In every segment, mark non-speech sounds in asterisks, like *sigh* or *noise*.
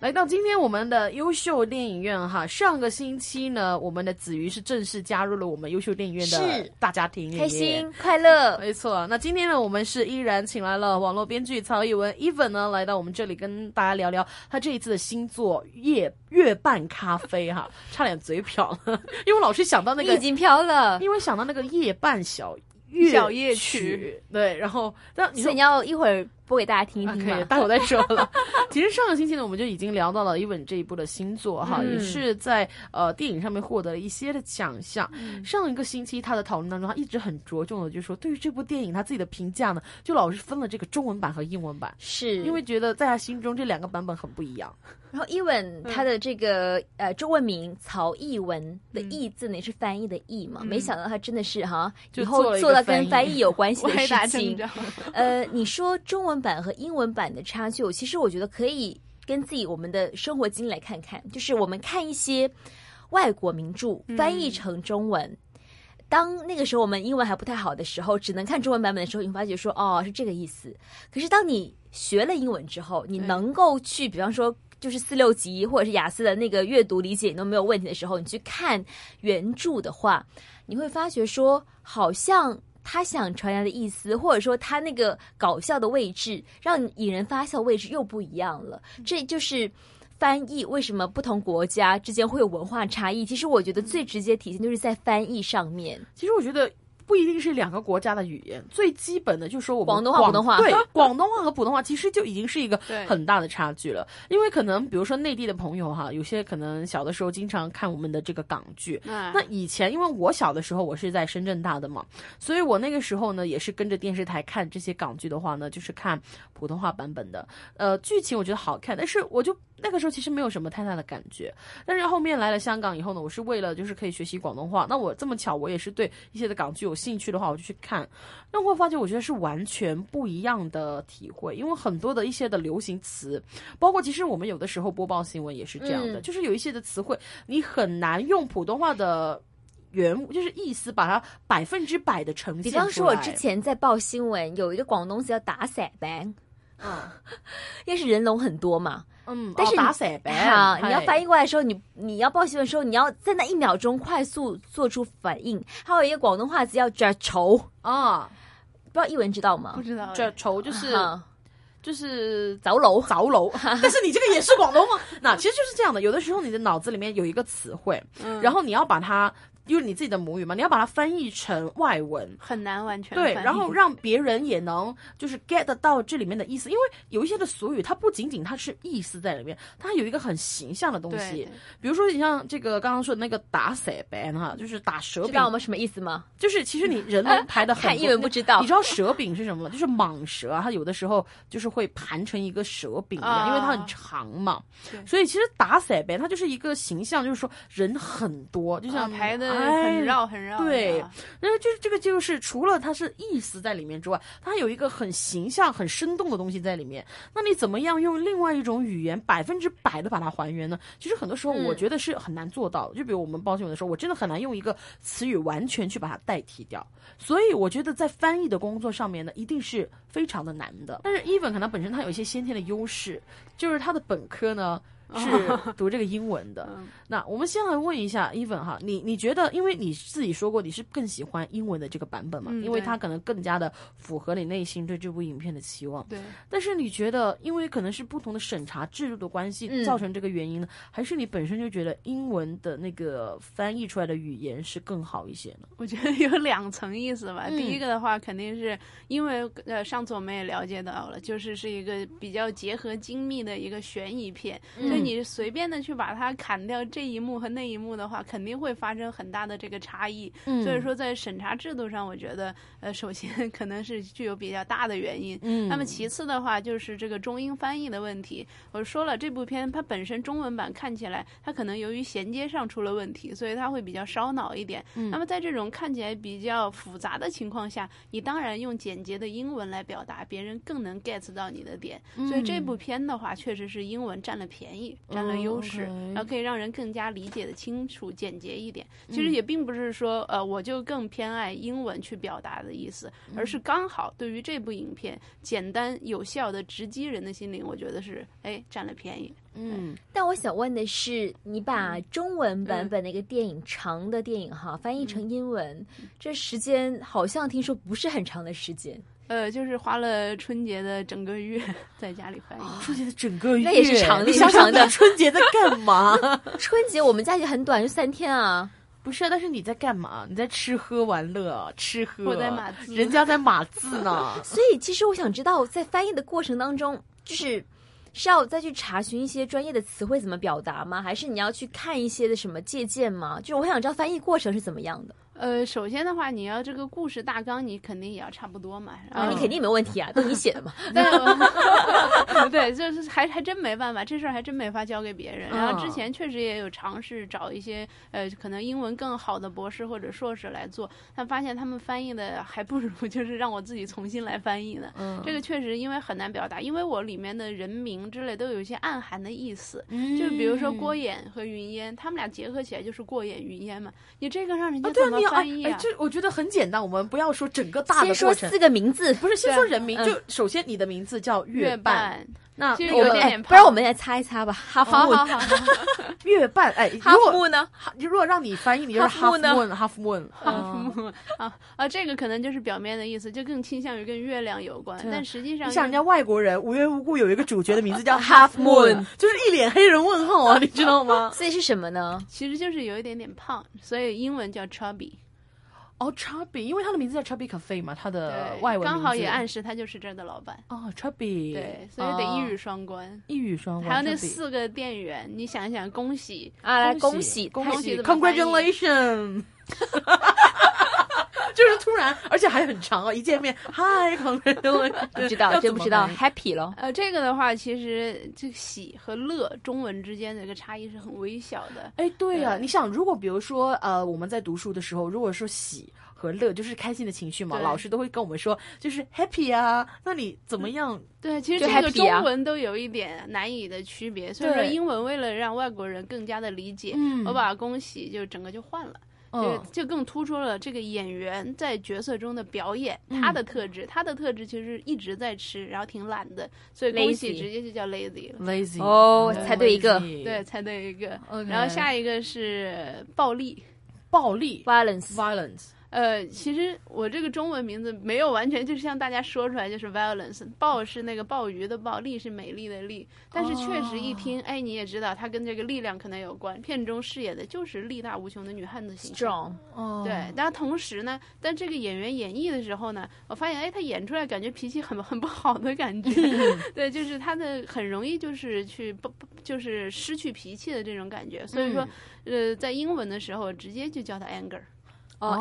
来到今天我们的优秀电影院哈，上个星期呢，我们的子瑜是正式加入了我们优秀电影院的是大家庭里面开心快乐，没错，那今天呢，我们是依然请来了网络编剧曹以文 Even 呢，来到我们这里跟大家聊聊他这一次的新作《夜月半咖啡》 *laughs* 哈，差点嘴瓢了，因为我老是想到那你个 *laughs* 已，经飘了，因为想到那个夜半小夜小夜曲曲，对，然后但你说所以你要一会儿播给大家听一啊，听可以，嘛。待会儿再说了。 *laughs* 其实上个星期呢，我们就已经聊到了伊文这一部的新作哈，嗯也是在呃电影上面获得了一些的奖项。嗯上一个星期他的讨论当中，他一直很着重的就说，对于这部电影他自己的评价呢，就老是分了这个中文版和英文版，是因为觉得在他心中这两个版本很不一样。然后译文嗯他的这个、呃中文名曹译文的译字呢也是翻译的译嘛，没想到他真的是哈嗯就以做后了一个做到翻跟译翻译有 *laughs* 关系歪的打事正情着。。呃，你说中文版和英文版的差距，其实我觉得可以跟自己我们的生活经历来看看，就是我们看一些外国名著翻译成中文。当那个时候我们英文还不太好的时候，只能看中文版本的时候，你会发觉说哦是这个意思。可是当你学了英文之后，你能够去，比方说就是四六级或者是雅思的那个阅读理解你都没有问题的时候，你去看原著的话，你会发觉说，好像他想传达的意思，或者说他那个搞笑的位置，让你引人发笑的位置又不一样了。这就是翻译为什么不同国家之间会有文化差异。其实我觉得最直接体现就是在翻译上面。其实我觉得。不一定是两个国家的语言，最基本的就是说我们广东话普通话 *laughs* 对广东话和普通话其实就已经是一个对很大的差距了。因为可能比如说内地的朋友哈，有些可能小的时候经常看我们的这个港剧，嗯哎那以前因为我小的时候我是在深圳大的嘛，所以我那个时候呢也是跟着电视台看这些港剧的话呢，就是看普通话版本的。呃，剧情我觉得好看，但是我就那个时候其实没有什么太大的感觉。但是后面来了香港以后呢，我是为了就是可以学习广东话，那我这么巧我也是对一些的港剧有兴趣的话，我就去看，那会发觉我觉得是完全不一样的体会，因为很多的一些的流行词，包括其实我们有的时候播报新闻也是这样的，嗯就是有一些的词汇你很难用普通话的。原就是意思，把它百分之百的呈现比出来。方说，我之前在报新闻，有一个广东词叫打伞班， *laughs* 因为是人龙很多嘛，嗯，但哦是打你伞呗，哎好，你要嗨翻译过来的时候，你你要报新闻的时候，你要在那一秒钟快速做出反应。还有一个广东话词叫“脚愁”，不啊，知道译文知道吗不？知道这哎，愁就是啊就是凿楼，凿楼，但是你这个也是广东话。 *laughs* 那其实就是这样的，有的时候你的脑子里面有一个词汇，嗯然后你要把它，因为你自己的母语嘛，你要把它翻译成外嗯文。很难完全对，翻译然后让别人也能就是 get 得到这里面的意思，因为有一些的俗语，它不仅仅它是意思在里面，它有一个很形象的东对西对。比如说，你像这个刚刚说的那个打伞呗，哈，就是打蛇 *laughs* 知道我饼，们什么意思吗？就是其实你人龙排的 *laughs* 很看多，译文不知道你知道蛇饼是什么吗？就是蟒蛇啊，它有的时候就是会盘成一个蛇饼一样，啊因为它很长嘛。对所以其实打伞呗，它就是一个形象，就是说人很多，就啊像排的哎很绕很绕，对很绕那就是这个就是除了它是意思在里面之外，它有一个很形象、很生动的东西在里面。那你怎么样用另外一种语言百分之百的把它还原呢？其实很多时候我觉得是很难做到的。就比如我们报新闻的时候，我真的很难用一个词语完全去把它代替掉。所以我觉得在翻译的工作上面呢，一定是非常的难的。但是 even 可能本身它有一些先天的优势，就是它的本科呢。是读这个英文的，那我们先来问一下 Even 哈，你你觉得，因为你自己说过你是更喜欢英文的这个版本嘛，嗯因为对它可能更加的符合你内心对这部影片的期望。对。但是你觉得，因为可能是不同的审查制度的关系、嗯造成这个原因呢，还是你本身就觉得英文的那个翻译出来的语言是更好一些呢？我觉得有两层意思吧。嗯第一个的话，肯定是因为呃，上次我们也了解到了，就是是一个比较结合精密的一个悬疑片，嗯所以你随便的去把它砍掉这一幕和那一幕的话，肯定会发生很大的这个差异。嗯所以，说，在审查制度上，我觉得呃，首先 *laughs* 可能是具有比较大的原因。嗯，那么其次的话，就是这个中英翻译的问题。我说了，这部片它本身中文版看起来，它可能由于衔接上出了问题，所以它会比较烧脑一点。那么在这种看起来比较复杂的情况下，你当然用简洁的英文来表达，别人更能 get 到你的点。所以这部片的话，确实是英文占了便宜。义占了优势，嗯，OK 然后可以让人更加理解的清楚、简洁一点。嗯其实也并不是说呃我就更偏爱英文去表达的意思，嗯而是刚好对于这部影片简单有效的直击人的心灵，我觉得是哎占了便宜。嗯，但我想问的是，你把中文版嗯本的一个电影、长的电影哈翻译成英文，这时间好像听说不是很长的时间，呃，就是花了春节的整个月 *laughs* 在家里翻译。哦春节的整个月那也是长的 *laughs* 你想想长的你春节在干嘛？ *laughs* 春节我们假期很短，就三天啊。。不是啊，但是你在干嘛？你在吃喝玩乐，啊吃喝。我在码字人家在码字呢所以其实我想知道，在翻译的过程当中，就是是要再去查询一些专业的词汇怎么表达吗？还是你要去看一些的什么借鉴吗？就是我想知道翻译过程是怎么样的。呃，首先的话，你要这个故事大纲，你肯定也要差不多嘛。然啊，后你肯定没问题啊，都你写 *laughs* 的嘛。 *laughs* 但 *laughs* 对，就是还还真没办法，这事儿还真没法交给别人。然后之嗯前确实也有尝试找一些呃，可能英文更好的博士或者硕士来做，但发现他们翻译的还不如 *laughs* 就是让我自己重新来翻译呢。嗯这个确实因为很难表达，因为我里面的人名之类都有一些暗含的意思。嗯就比如说郭衍和云烟，他们俩结合起来就是过眼云烟嘛。你这个让人啊，家对啊，怎你么要哎翻译哎，啊？这我觉得很简单，我们不要说整个大的先说过程四。个名字，不是先对说人名，嗯就首先你的名字叫月半，半， *laughs* 那其实我我有们们点哎点不然胖我们来猜一猜吧。哈佛好好好好，月半，哎，哈如夫果木呢？哈如果让你翻译，你就是 half half moon 呢 moon，half moon，哦哈夫啊啊，这个可能就是表面的意思，就更倾向于跟月亮有关，对但实际上你想人月家外国人无缘无故有一个主角的名字叫 half moon，就是一脸黑人问号啊，你知道 *laughs* 吗？所以是什么呢？其实就是有一点点胖，所以英文叫 chubby，哦，Chubby，因为他的名字叫 Chubby Cafe 嘛，他的对，呃外文刚好也暗示示他就是这儿的老板，哦，Chubby，对，所以得一哦语双关。一语双关，还有那 Chubby 四个店员，你想一想，恭喜啊，来恭恭喜喜恭恭喜喜怎么翻 *laughs* 译，Congratulations！就是突然，而且还很长哦，一见面，Hi，Congratulations！不知道，真不知道，happy 咯。呃，这个的话，其实这个喜和乐中文之间的一个差异是很微小的。哎，对呀、对嗯你想，如果比如说，呃，我们在读书的时候，如果说喜和乐就是开心的情绪嘛，对老师都会跟我们说，就是 happy 啊，那你怎么样？对，其实就这个 happy 啊中文都有一点难以的区别，所以说对英文为了让外国人更加的理解，嗯我把恭喜就整个就换了。就嗯，就更突出了这个演员在角色中的表演，嗯他的特质，他的特质其实一直在吃，然后挺懒的，所以恭喜 Lazy 直接就叫 lazy 了。 lazy 哦嗯猜对一个 lazy 对，猜对一个。 OK 然后下一个是暴力。暴力 Violence， violence，呃，其实我这个中文名字没有完全就是像大家说出来就是 violence，暴是那个鲍鱼的暴，力是美丽的丽，但是确哦实一听，哎，你也知道它跟这个力量可能有关。片中饰演的就是力大无穷的女汉子形象。 strong，哦，对，但同时呢，但这个演员演绎的时候呢，我发现，哎，他演出来感觉脾气很很不好的感 *laughs* 觉，对，就是他的很容易就是去不不就是失去脾气的这种感觉，所以说，嗯呃，在英文的时候直接就叫他 anger，哦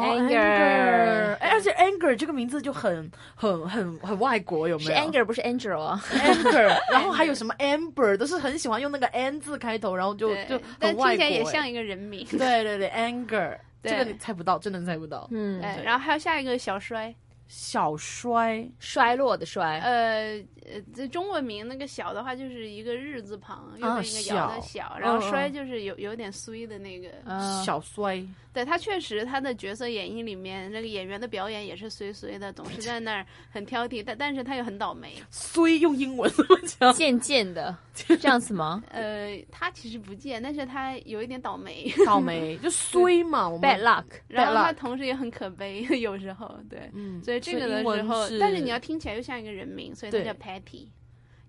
，anger， ，anger，哎而且 anger 这个名字就很很很很外国，有没有哎是 anger 不是 angel 啊？ anger，然 *laughs* 后还有什么 amber，都是很喜欢用那个 n 字开头，然后就对就但很听外起国来哎。也像一个人名，对对对，anger， *laughs* 对这个你猜不到，真的猜不到。嗯，哎，然后还有下一个小衰，小衰，衰落的衰，呃呃，这中文名那个小的话就是一个日字旁，右边一个摇的小，然后啊嗯嗯啊衰就是有有点衰的那个，嗯小衰，对他确实，他的角色演绎里面，那个演员的表演也是随随的，总是在那儿很挑剔，但但是他又很倒霉。衰用英文怎么讲？渐渐的，这样子吗呃，他其实不贱，但是他有一点倒霉，倒霉 *laughs* 就衰嘛，我？Bad 们 luck，然后 Bad luck 他同时也很可悲， *laughs* 有时候对，嗯所以这个的英文时候，是但是你要听起来又像一个人名，所以他对叫 Patty，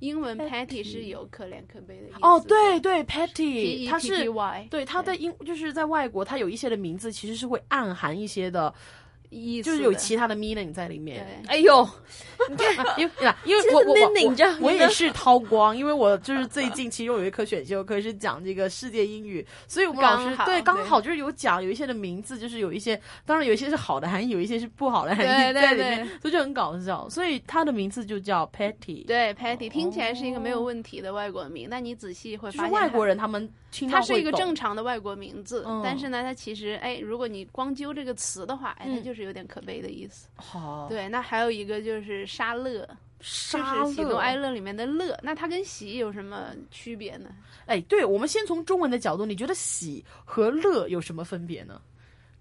英文 Patty Patty 是有可怜可悲的意思。哦，对对，P ，Patty， E 他 T T 是 Y 对他的英就是在外国，他有一些的名字其实是会暗含一些的，意思就是有的其他的 meaning 在里对面。。哎呦，啊因为 *laughs* 因这为是我我我 meaning，这样我我也的是掏光，因为我就是最近其中有一科选修课是讲这个世界英语，所以我们老师刚好对对刚好就是有讲有一些的名字，就是有一些当然有一些是好的含义，有一些是不好的含义 *laughs* 对对在里面对，所以就很搞笑。所以他的名字就叫 Patty，对，Patty 听起来是一个没有问题的外国名，但你仔细会哦就发是现外它国人他们听到它是会一个懂正常的外国名字，嗯但是呢，它其实哎，如果你光揪这个词的话，哎，嗯它就是有点可悲的意思。好对，那还有一个就是沙乐，就沙是喜怒乐，哀乐里面的乐，那它跟喜有什么区别呢？哎，对，我们先从中文的角度，你觉得喜和乐有什么分别呢？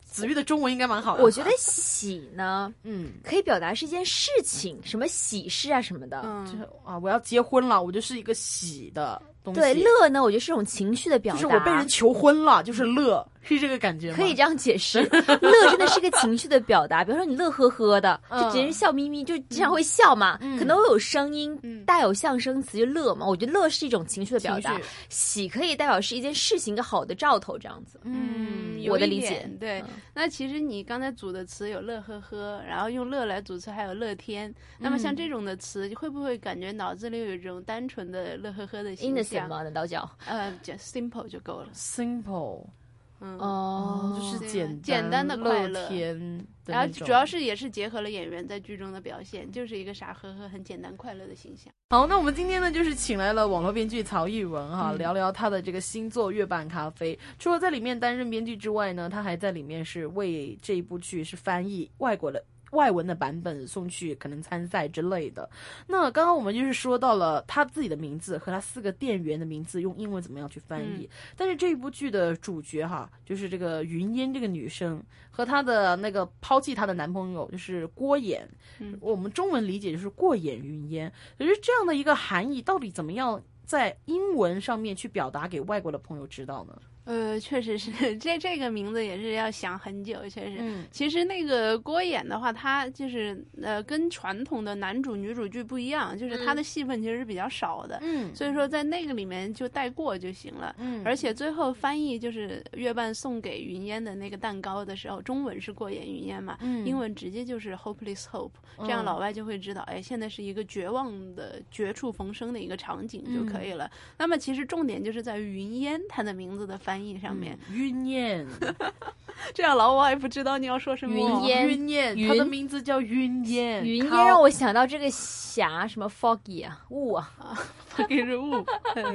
子玉的中文应该蛮好的，我觉得喜呢，嗯，可以表达是一件事情，什么喜事啊什么的。就是嗯，啊，我要结婚了，我就是一个喜的东西，对，乐呢，我觉得是一种情绪的表就达。是我被人求婚了，就是乐，是这个感觉吗？可以这样解释， *laughs* 乐真的是个情绪的 *laughs* 表达。比如说你乐呵呵的，嗯就别人笑眯眯，就经常会笑嘛，可能会有声音，嗯带有象声词就乐嘛。我觉得乐是一种情绪的表达情绪，喜可以代表是一件事情一个好的兆头这样子。嗯，我有的一理点解对。那其实你刚才组的词有乐呵呵，然后用乐来组词还有乐天。那么像这种的词，会不会感觉脑子里有一种单纯的乐呵呵的形 innocent 象？吗？难道啊叫？呃，就 simple 就够了。 simple，嗯，哦，就是对简简单的快乐乐天的然后那种主要是也是结合了演员在剧中的表现，就是一个傻呵呵、很简单快乐的形象。好，那我们今天呢，就是请来了网络编剧曹艺文哈，聊聊他的这个新作《月半咖啡》。除了在里面担任编剧之外呢，他还在里面是为这一部剧是翻译外国的。外文的版本送去可能参赛之类的。那刚刚我们就是说到了他自己的名字和他四个店员的名字用英文怎么样去翻译，但是这一部剧的主角哈，就是这个云烟这个女生和她的那个抛弃她的男朋友就是郭衍，嗯我们中文理解就是过眼云烟。可是这样的一个含义，到底怎么样在英文上面去表达给外国的朋友知道呢？呃，确实是 *laughs* 这这个名字也是要想很久，确实。嗯其实那个郭演的话，他就是呃，跟传统的男主女主剧不一样，就是他的戏份其实是比较少的，嗯所以说在那个里面就带过就行了。嗯而且最后翻译就是月半送给云烟的那个蛋糕的时候，中文是过眼云烟嘛，嗯英文直接就是 hopeless hope，这嗯样老外就会知道，哎，现在是一个绝望的绝处逢生的一个场景就可以嗯了。那么其实重点就是在于云烟它的名字的翻译上面，云 *laughs* 烟，这样老外不知道你要说什么。哦云烟嗯云烟，云他的名字叫云烟。云烟靠让我想到这个霞什么 foggy 啊雾啊，给人物，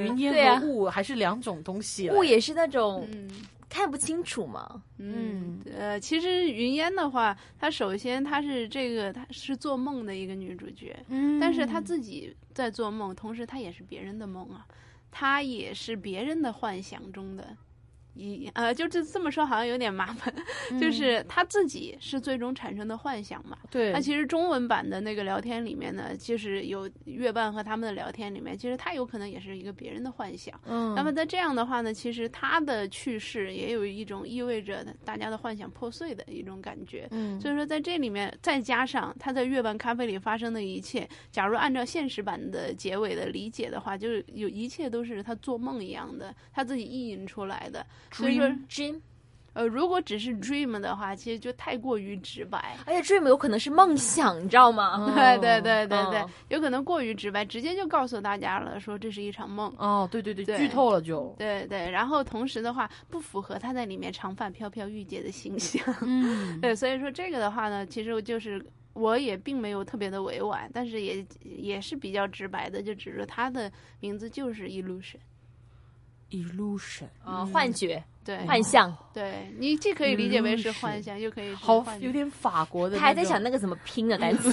云对烟啊和雾还是两种东西嘞。雾也是那种嗯看不清楚嘛。嗯，呃，其实云烟的话，她首先她是这个她是做梦的一个女主角，嗯，但是她自己在做梦，同时她也是别人的梦啊，她也是别人的幻想中的。一呃，就这这么说好像有点麻烦，嗯就是她自己是最终产生的幻想嘛。对那，其实中文版的那个聊天里面呢，就是有月半和他们的聊天里面，其实她有可能也是一个别人的幻想。嗯那么在这样的话呢，其实他的去世也有一种意味着大家的幻想破碎的一种感觉。嗯所以说，在这里面再加上他在月半咖啡里发生的一切，假如按照现实版的结尾的理解的话，就是有一切都是他做梦一样的，他自己意淫出来的。所以说， dream，呃，如果只是 dream 的话，其实就太过于直白。而且 dream 有可能是梦想，你知道吗？嗯 *laughs* 对对对对对嗯，有可能过于直白，直接就告诉大家了，说这是一场梦。哦，对对对，对剧透了就对对，然后同时的话，不符合她在里面长发飘飘御姐的形象。嗯对，所以说这个的话呢，其实就是我也并没有特别的委婉，但是也也是比较直白的，就指着她的名字就是 illusion。 illusion，啊，幻觉、对，嗯幻象，对你既可以理解为是幻想，又可以是嗯好幻有觉。点法国的。他还在想那那嗯个怎么拼的单词，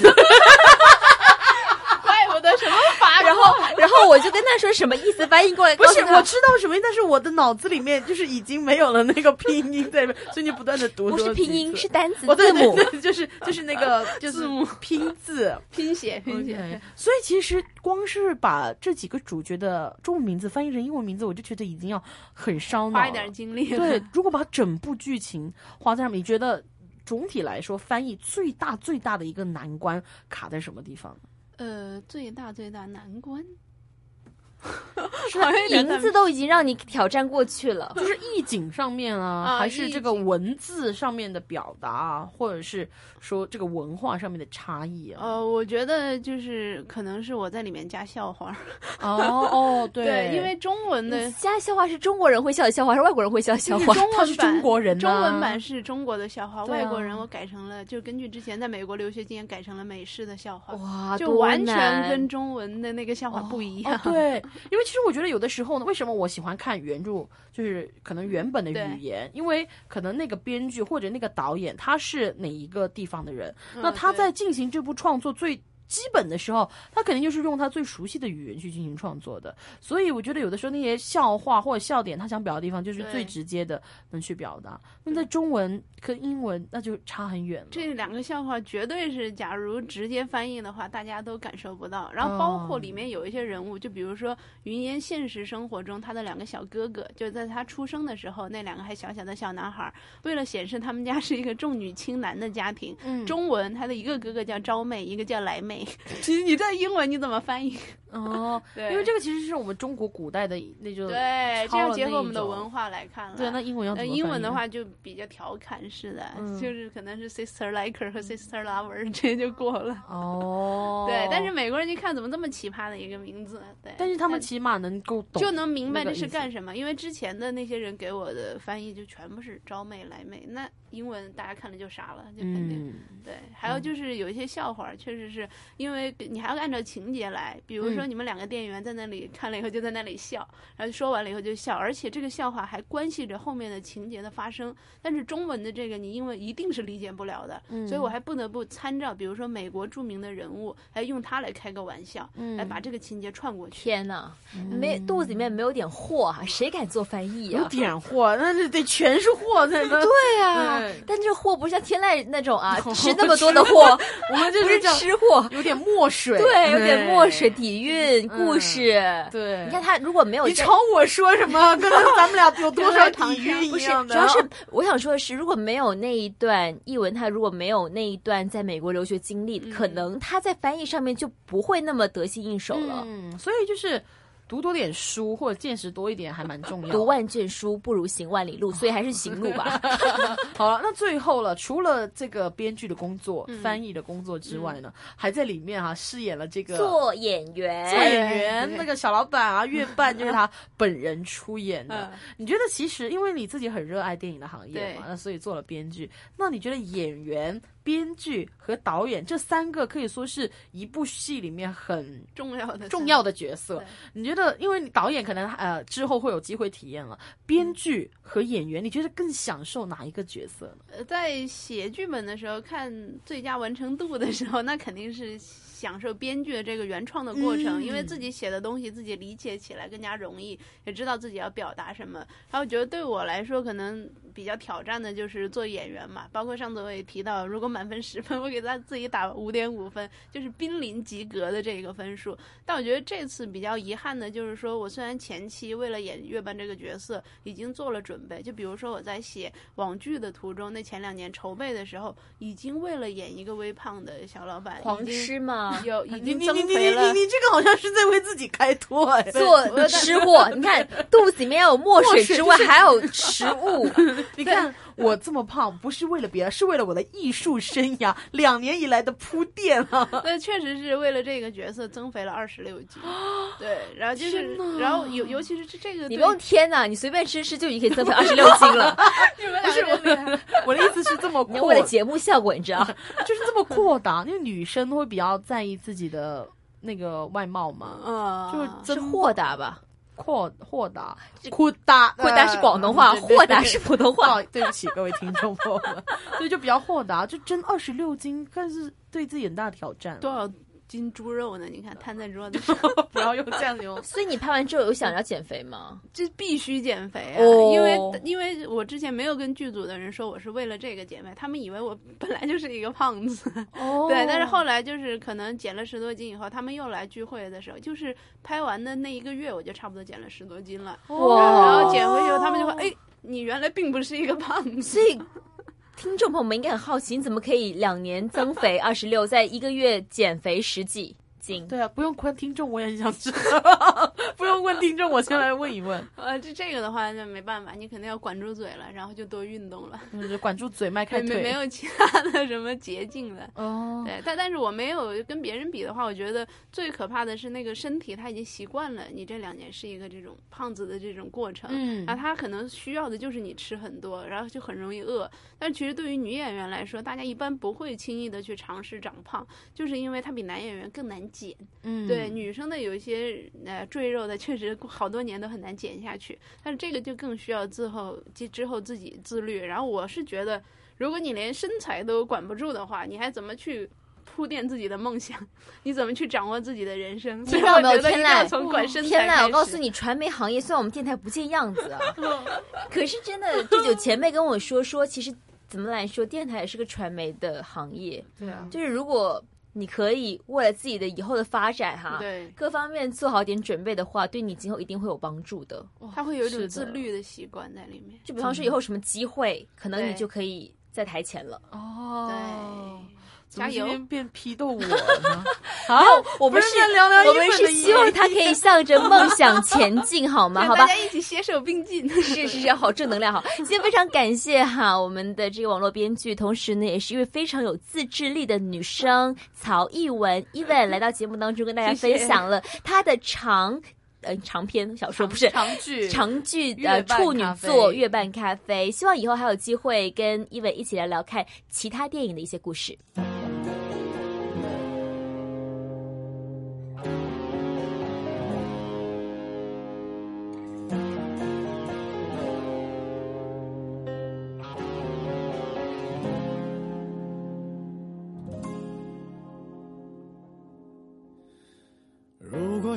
怪不得什么法然后然后我就跟他说什么意思，翻译过来，种，不是告诉他我知道什么意思，但是我的脑子里面就是已经没有了那个拼音在里面，所以你不断的读。不读是了拼几音，次是单词哦，对字对母。对，就是就是那 *laughs* 个就是字母拼字。拼写 *laughs* 拼写。 OK，所以其实光是把这几个主角的中文名字翻译成英文名字，我就觉得已经要很烧脑花一了。点精力，对，如果把整部剧情花在上面，你觉得总体来说翻译最大最大的一个难关卡在什么地 *laughs* 方？ *laughs* 呃，最大最大难关，名字都已经让你挑战过去了，就是意境上面啊，啊 *laughs* 还是意这个境文字上面的表达啊，或者是说这个文化上面的差异啊？呃，我觉得就是可能是我在里面加笑话，哦 *laughs* 哦，因为中文的你家笑话是中国人会笑的笑话，还是外国人会笑的笑就是话？中他文是版中国人呐中文版是中国的笑话，对啊外国人我改成了，就根据之前在美国留学经验改成了美式的笑话，哇，就多完全难跟中文的那个笑话不一样。啊哦，对，因为其实我觉得有的时候呢，为什么我喜欢看原著，就是可能原本的对语言，因为可能那个编剧或者那个导演他是哪一个地方的人，那嗯他对在进行这部创作最。基本的时候，他肯定就是用他最熟悉的语言去进行创作的。所以我觉得有的时候那些笑话或者笑点，他想表达的地方就是对最直接的能去表达。那在中文跟英文那就差很远了。这两个笑话绝对是，假如直接翻译的话，大家都感受不到。然后包括哦里面有一些人物，就比如说云烟现实生活中他的两个小哥哥，就在他出生的时候，那两个还小小的小男孩儿，为了显示他们家是一个重女轻男的家庭，嗯中文他的一个哥哥叫招妹，一个叫来妹。 *laughs* 其实你在英文你怎么翻译？哦， *laughs* 对因为这个其实是我们中国古代的那就对，这抄要了结那合我一们的种文化来看了。对，那英文要怎呃，么翻译呢？英文的话就比较调侃式的，嗯就是可能是 sister liker 和 sister lover 直接就过了。哦，对，但是美国人一看怎么这么奇葩的一个名字，对，但是他们起码能够懂，就能明白那这个是意思干什么，因为之前的那些人给我的翻译就全部是招妹来妹，那英文大家看了就傻了，就肯定、嗯对。还有就是有一些笑话，确实是因为你还要按照情节来，比如说嗯你们两个店员在那里看了以后就在那里笑，然后说完了以后就笑，而且这个笑话还关系着后面的情节的发生，但是中文的这个你英文一定是理解不了的，嗯所以我还不得不参照，比如说美国著名的人物，来用他来开个玩笑，嗯来把这个情节串过去。天哪，没肚子里面没有点货啊，谁敢做翻译有啊？点货，那得得全是货才能。对 *laughs* 啊对，但这货不是像天籁那种 *laughs* 啊，吃那么多的货， *laughs* 我们就不是是这样，吃货，有点墨水，对，有点墨水。底蕴、故事。对，你看他如果没有嗯你在朝我说什 *laughs* 么？跟咱们俩有多少底蕴不一是，样主的？要是我想说的是，如果没有那一段译文，他如果没有那一段在美国留学经历，嗯可能他在翻译上面就不会那么得心应手了。嗯，所以就是读多点书或者见识多一点还蛮重要的。读万卷书不如行万里路，所以还是行路 *laughs* 吧。好了，那最后了，除了这个编剧的工作、翻译的工作之外呢，还在里面哈、饰演了这个做演做员，演员对那个小老板啊，月半就是 *laughs* 他本人出演的嗯。你觉得其实因为你自己很热爱电影的行业嘛，对那所以做了编剧。那你觉得演员、编剧和导演这三个可以说是一部戏里面很重要的重三要的角色对。你觉得，因为你导演可能呃之后会有机会体验了，编剧和演员，你觉得更享受哪一个角色呢？呃，在写剧本的时候，看最佳完成度的时候， *laughs* 那肯定是享受编剧的这个原创的过程，因为自己写的东西自己理解起来更加容易，也知道自己要表达什么。然后我觉得对我来说，可能比较挑战的就是做演员嘛，包括上次我也提到，如果满分十分，我给他自己打五点五分，就是濒临及格的这个分数。但我觉得这次比较遗憾的就是说，我虽然前期为了演月半这个角色已经做了准备，就比如说我在写网剧的途中，那前两年筹备的时候，已经为了演一个微胖的小老板，狂已经 *laughs* 吃嘛，有已你经你增你你肥了你。你这个好像是在为自己开脱哎、做吃货。你看肚子里面有墨水之外，还有食物。 *laughs* 你看我这么胖，不是为了别的，是为了我的艺术生涯 *laughs* 两年以来的铺垫啊！那确实是为了这个角色增肥了二十六斤，对，然后就是，然后尤尤其是这这个对，你不用天呐，你随便吃吃就已经可以增肥二十六 *laughs* 斤了。你们不是我，我的意思是这么你要为了扩，节目效果，你知道？就是这么扩大，因为女生会比较在意自己的那个外貌嘛，嗯，就是是增豁达吧？扩豁达，扩大豁达是广东话，嗯对对豁达对是普通不话好。对不起各位听众朋友们，所以就比较豁达，就真二十六斤，但是对自己很大的挑战。多少斤猪肉呢？你看摊在桌子上，不要用这样用。所以你拍完之后有想要减肥吗？这必须减肥啊！哦因为因为我之前没有跟剧组的人说我是为了这个减肥，他们以为我本来就是一个胖子。 *laughs* 哦对，但是后来就是可能减了十多斤以后，他们又来聚会的时候，就是拍完的那一个月，我就差不多减了十多斤了。哦哇然后减回去，后，他们就会哎，你原来并不是一个胖子。所以听众朋友们应该很好奇，你怎么可以两年增肥二十六，在一个月减肥十几斤？对啊，不用问听众，我也很想知道。 *laughs* 不用问听众，我先来问一问，呃，这这个的话那没办法，你肯定要管住嘴了，然后就多运动了，就是管住嘴，迈开没腿。没有其他的什么捷径了。哦，对，但但是我没有跟别人比的话，我觉得最可怕的是那个身体，他已经习惯了你这两年是一个这种胖子的这种过程，嗯然后他可能需要的就是你吃很多，然后就很容易饿。但其实对于女演员来说，大家一般不会轻易的去尝试长胖，就是因为它比男演员更难减。嗯对，女生的有一些呃赘肉的，确实好多年都很难减下去。但是这个就更需要之后之之后自己自律。然后我是觉得，如果你连身材都管不住的话，你还怎么去？铺垫自己的梦想， *laughs* 你怎么去掌握自己的人生？所听以到我没有觉得一天定要籁从管身材天呐，开我告始诉你，传媒行业虽然我们电台不见样子 *laughs* 啊，可是真的，就有前辈跟我说说，其实怎么来说，电台也是个传媒的行业，对啊，就是如果你可以为了自己的以后的发展哈，对，各方面做好点准备的话，对你今后一定会有帮助哦的。他会有一是种的自律的习惯在里面。就比方说以后什么机会，可能你对就可以在台前了。哦，怎么加油今天变批斗我了呢？啊然后我不们是是在聊聊我英们文是的希望意义他可以向着梦想前进，好吗？对好大吧家。一起携手并进。 *laughs* 是是是，好正能量好。今天非常感谢哈我们的这个网络编剧，同时呢也是一位非常有自制力的女生曹艺文 Even 来到节目当中跟大家谢分谢享了她的长呃长篇小说不是长剧长剧的月半处女咖座啡月半咖啡，希望以后还有机会跟伊文一起聊聊看其他电影的一些故事。如果